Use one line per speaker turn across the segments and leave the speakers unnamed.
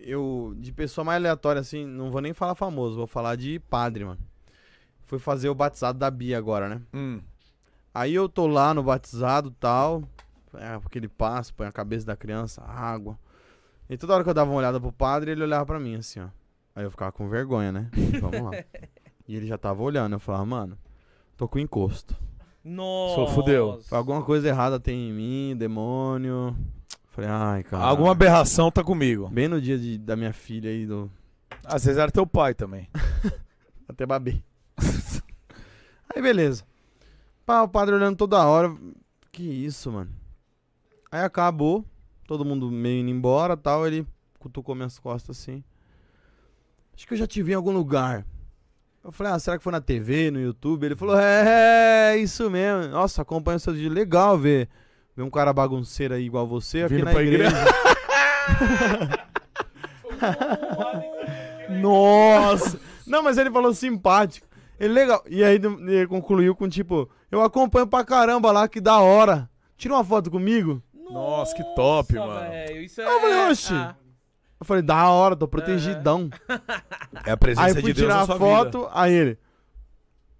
eu, de pessoa mais aleatória, assim, não vou nem falar famoso, vou falar de padre, mano. Fui fazer o batizado da Bia agora, né?
Hum.
Aí eu tô lá no batizado tal. É, aquele passo, põe a cabeça da criança, água. E toda hora que eu dava uma olhada pro padre, ele olhava pra mim assim, ó. Aí eu ficava com vergonha, né? Vamos lá. E ele já tava olhando, eu falava, mano, tô com encosto.
Nossa.
Só fudeu.
Alguma coisa errada tem em mim, demônio. Falei, ai, cara.
Alguma aberração tá comigo.
Bem no dia de- da minha filha aí, do.
Ah, Cesar é teu pai também.
Até babei. Aí beleza. Pá, o padre olhando toda hora. Que isso, mano. Aí acabou. Todo mundo meio indo embora tal. Ele cutucou minhas costas assim. Acho que eu já te vi em algum lugar. Eu falei, ah, será que foi na TV, no YouTube? Ele falou, é, é isso mesmo. Nossa, acompanha o seu vídeo. Legal ver, ver um cara bagunceiro aí igual você aqui
Vindo
na
pra
igreja.
igreja.
Nossa! Não, mas ele falou simpático. Ele é legal. E aí do- ele concluiu com tipo, eu acompanho pra caramba lá, que da hora. Tira uma foto comigo.
Nossa, que top,
Nossa,
mano.
velho, Isso é.
Eu falei, oxi.
Ah,
Eu falei, da hora, tô protegidão.
É a presença
Aí fui
de Deus
tirar
na
a
sua vida.
foto, aí ele.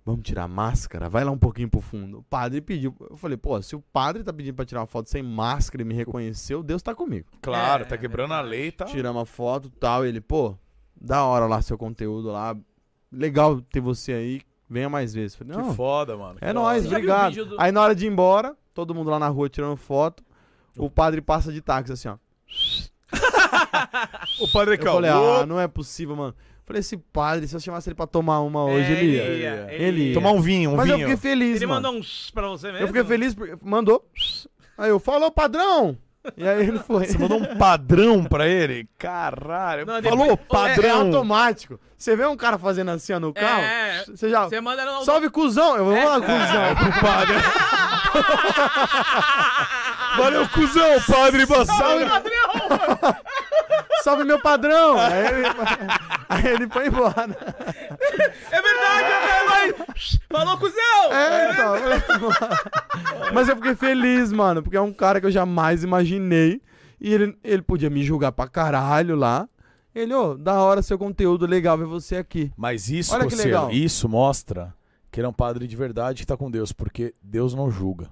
Vamos tirar a máscara? Vai lá um pouquinho pro fundo. O padre pediu. Eu falei, pô, se o padre tá pedindo pra tirar uma foto sem máscara e me reconheceu, Deus tá comigo.
Claro,
É,
tá quebrando a lei, tá?
Tiramos a foto tal. Ele, pô, da hora lá seu conteúdo lá. Legal ter você aí. Venha mais vezes. Eu Falei,
Que
não,
foda, mano.
É
Que
nóis,
da
Já viu o
obrigado.
vídeo do-
Aí na hora de ir embora, todo mundo lá na rua tirando foto, o padre passa de táxi assim, ó.
hora. O Padre
Eu falei,
Calvo.
ah, não é possível, mano. Falei, esse padre, se eu chamasse ele pra tomar uma
É,
hoje, ele ia.
ia.
Ele ia.
Tomar um vinho, um
Mas eu
vinho.
fiquei feliz,
Ele
mano.
mandou um shh pra você mesmo?
Eu fiquei feliz porque mandou. Aí eu, falou, padrão! E aí ele foi.
Você mandou um padrão pra ele? Caralho.
Não, depois-
Falou,
É, é
padrão.
automático. Você vê um cara fazendo assim, ó, no carro,
é.
você já...
Você manda no.
Salve, cuzão! Eu vou falar,
É,
cuzão.
pro padre. Valeu, cuzão, padre Bassal.
Salve, meu padrão! Aí ele, aí ele foi embora.
É verdade, é. mas. Falou, cuzão!
É, então. Mas eu fiquei feliz, mano, porque é um cara que eu jamais imaginei. E ele, ele podia me julgar pra caralho lá. Ele, ô, da hora seu conteúdo, legal ver você aqui.
Mas isso,
Olha que
Cosselo,
legal.
isso mostra que ele é um padre de verdade que tá com Deus, porque Deus não julga.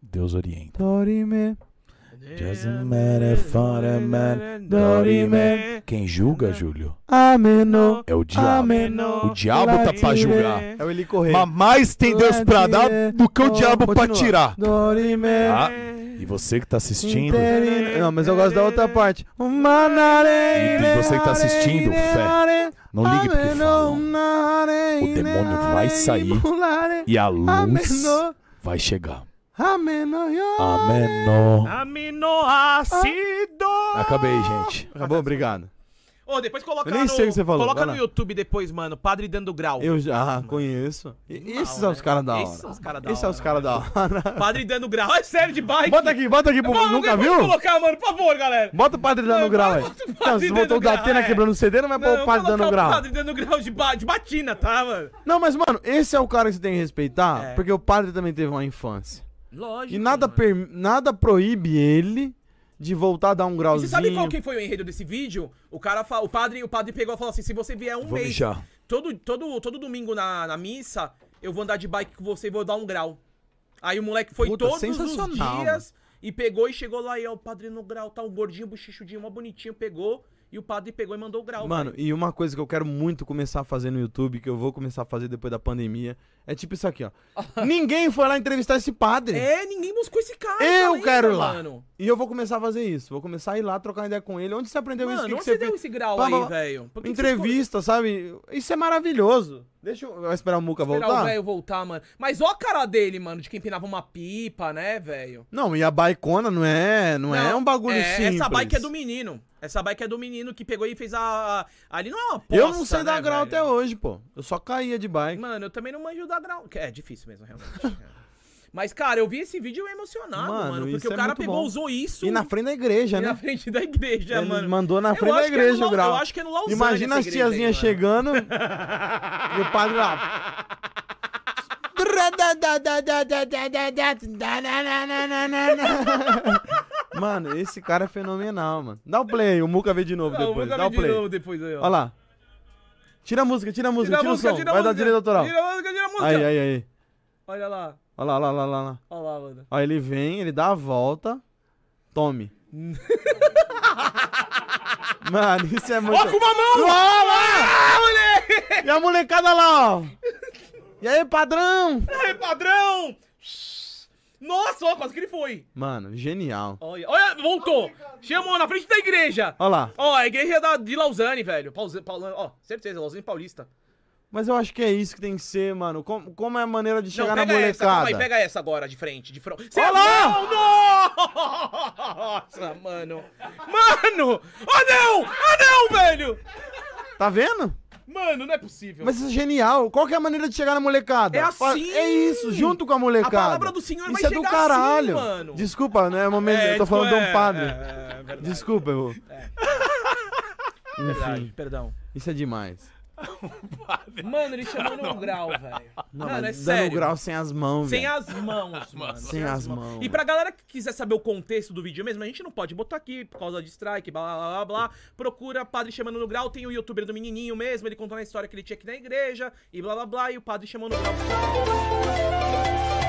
Deus orienta.
Dorime.
Doesn't matter if I'm a man. Quem julga, Júlio,
Ameno.
é o diabo. O diabo tá pra julgar.
É o ele correr.
Mas mais tem Deus pra dar do que o diabo pra tirar.
Dorime.
Tá?
Ah.
E você que tá assistindo,
interine- Não, mas eu gosto da outra parte. Manare.
E você que tá assistindo, fé, não
Ah,
ligue porque falam.
O
O demônio vai sair. E a luz vai chegar. Amém.
Aminoácido!
Acabei, gente.
Acabou, obrigado.
Ô, depois
Ah.
coloca
Eu nem
no,
sei o que você falou,
Coloca
vai
no
lá.
YouTube depois, mano. Padre dando grau.
Eu já ah, conheço. E- esses são os
né?
caras da hora.
Esses são os caras da
Esses são
hora, né?
os caras da hora.
Padre dando grau. É sério de bike.
Bota aqui, bota aqui, pro...
Mano,
nunca
depois
viu?
colocar, mano, por favor, galera.
Bota o padre dando
Não,
grau aí.
bota o padre
Não, se botou o
dando grau,
Datena
é.
quebrando o CD, não vai pôr
eu
o padre
colocar
dando
o
grau.
Padre dando grau de, ba de batina, tá, mano?
Não, mas mano, esse é o cara que você tem que respeitar,
É.
porque o padre também teve uma infância.
Lógico.
E nada, per- nada proíbe ele de voltar a dar um
E
grauzinho.
Você sabe qual que foi o enredo desse vídeo? O cara fa- o padre, o padre pegou e falou assim: "Se você vier um
Vou
mês,
mijar.
todo todo todo domingo na, na missa, eu vou andar de bike com você e vou dar um grau". Aí o moleque foi
Puta,
todos os dias
sensacional,
e pegou e chegou lá e ó, o padre no grau, tá o gordinho, bochichudinho, mó bonitinho, pegou e o padre pegou e mandou o grau.
Mano, e uma coisa que eu quero muito começar a fazer no YouTube, que eu vou começar a fazer depois da pandemia, é tipo isso aqui, ó. Ninguém foi lá entrevistar esse padre.
É, ninguém buscou esse cara.
Eu
ainda,
quero ir lá.
Mano,
E eu vou começar a fazer isso. Vou começar a ir lá trocar ideia com ele. Onde você aprendeu
mano
isso? O que
onde
que
você,
você
deu
fez?
esse grau
Blá, blá,
aí,
blá.
velho? Por que que você
Entrevista, sabe? Isso é maravilhoso. Deixa eu. Vai esperar o Muca
escolheu esperar o
voltar?
velho voltar, mano. Mas ó a cara dele, mano, de quem empinava uma pipa, né, velho?
Não, e a baicona não é, não, é um bagulho
é,
simples.
Essa bike é do menino. Essa bike é do menino que pegou e fez a. a- Ali não é uma
Eu não sei
né,
dar grau
velho?
até hoje, pô. Eu só caía de bike.
Mano, eu também não manjo dar grau. É difícil mesmo, realmente. é. Mas, cara, eu vi esse vídeo emocionado,
Mano,
mano.
isso
porque
é
o cara
muito
pegou,
bom.
usou isso
E na frente da igreja,
e na
né?
frente da igreja,
Ele
mano.
mandou na
Eu
frente da
acho que é no
igreja o
Lau-
grau.
Eu acho que é no Lausanne
Imagina
essa
as
igreja aí,
tiazinhas
mano.
chegando e o padre lá. Mano, esse cara é fenomenal, mano. Dá o play aí, o Muca vê de novo
Não,
depois.
nunca
Dá o
vi
play.
de novo depois aí, ó.
Olha lá. Tira a música, tira a música,
a
tira,
música,
o som.
tira a
Vai dar
música.
direito autoral.
Tira a música, tira a música.
Aí, aí, aí.
Olha lá.
Olha lá, olha lá, olha lá, olha lá.
Olha lá, mano.
Ó, ele vem, ele dá a volta. Tome. mano, isso é muito.
Ó, com uma mão!
Olha lá!
Ah, moleque!
E a molecada lá, ó. E aí, padrão?
Ai, padrão! Nossa, ó, quase que ele foi.
Mano, genial.
Olha, olha, voltou. Chamou na frente da igreja.
Olha lá.
Ó, a igreja da, de Lausanne, velho. Pausa- Paula- ó, certeza, Lausanne Paulista.
Mas eu acho que é isso que tem que ser, mano. Como, como é a maneira de chegar
Não,
na
pega essa, calma aí,
molecada?
pega essa agora de frente, de frente. é
Olha lá!
Nossa, mano. Mano! Ah, não! Ah, não, velho!
Tá vendo?
Mano, não é possível.
Mas isso é genial. Qual que é a maneira de chegar na molecada?
É assim!
É isso, junto com a molecada.
A palavra do Senhor
isso
vai
é do
chegar
caralho.
assim, mano.
Desculpa, né? É o momento, eu tô
tipo,
falando de
é,
um padre.
É, é verdade. É.
Desculpa, eu...
Verdade,
Enfim,
perdão.
isso é demais.
Mano, ele chamou no grau, velho.
Não,
Mano, é
mas dando
sério.
grau sem as mãos,
Sem
velho.
as mãos, mano.
Sem as mãos.
E pra galera que quiser saber o contexto do vídeo mesmo, a gente não pode botar aqui por causa de strike, blá blá blá blá. Procura Padre Chamando no Grau, tem o youtuber do menininho mesmo, ele contando a história que ele tinha aqui na igreja, e blá blá blá, e o Padre Chamando no Grau.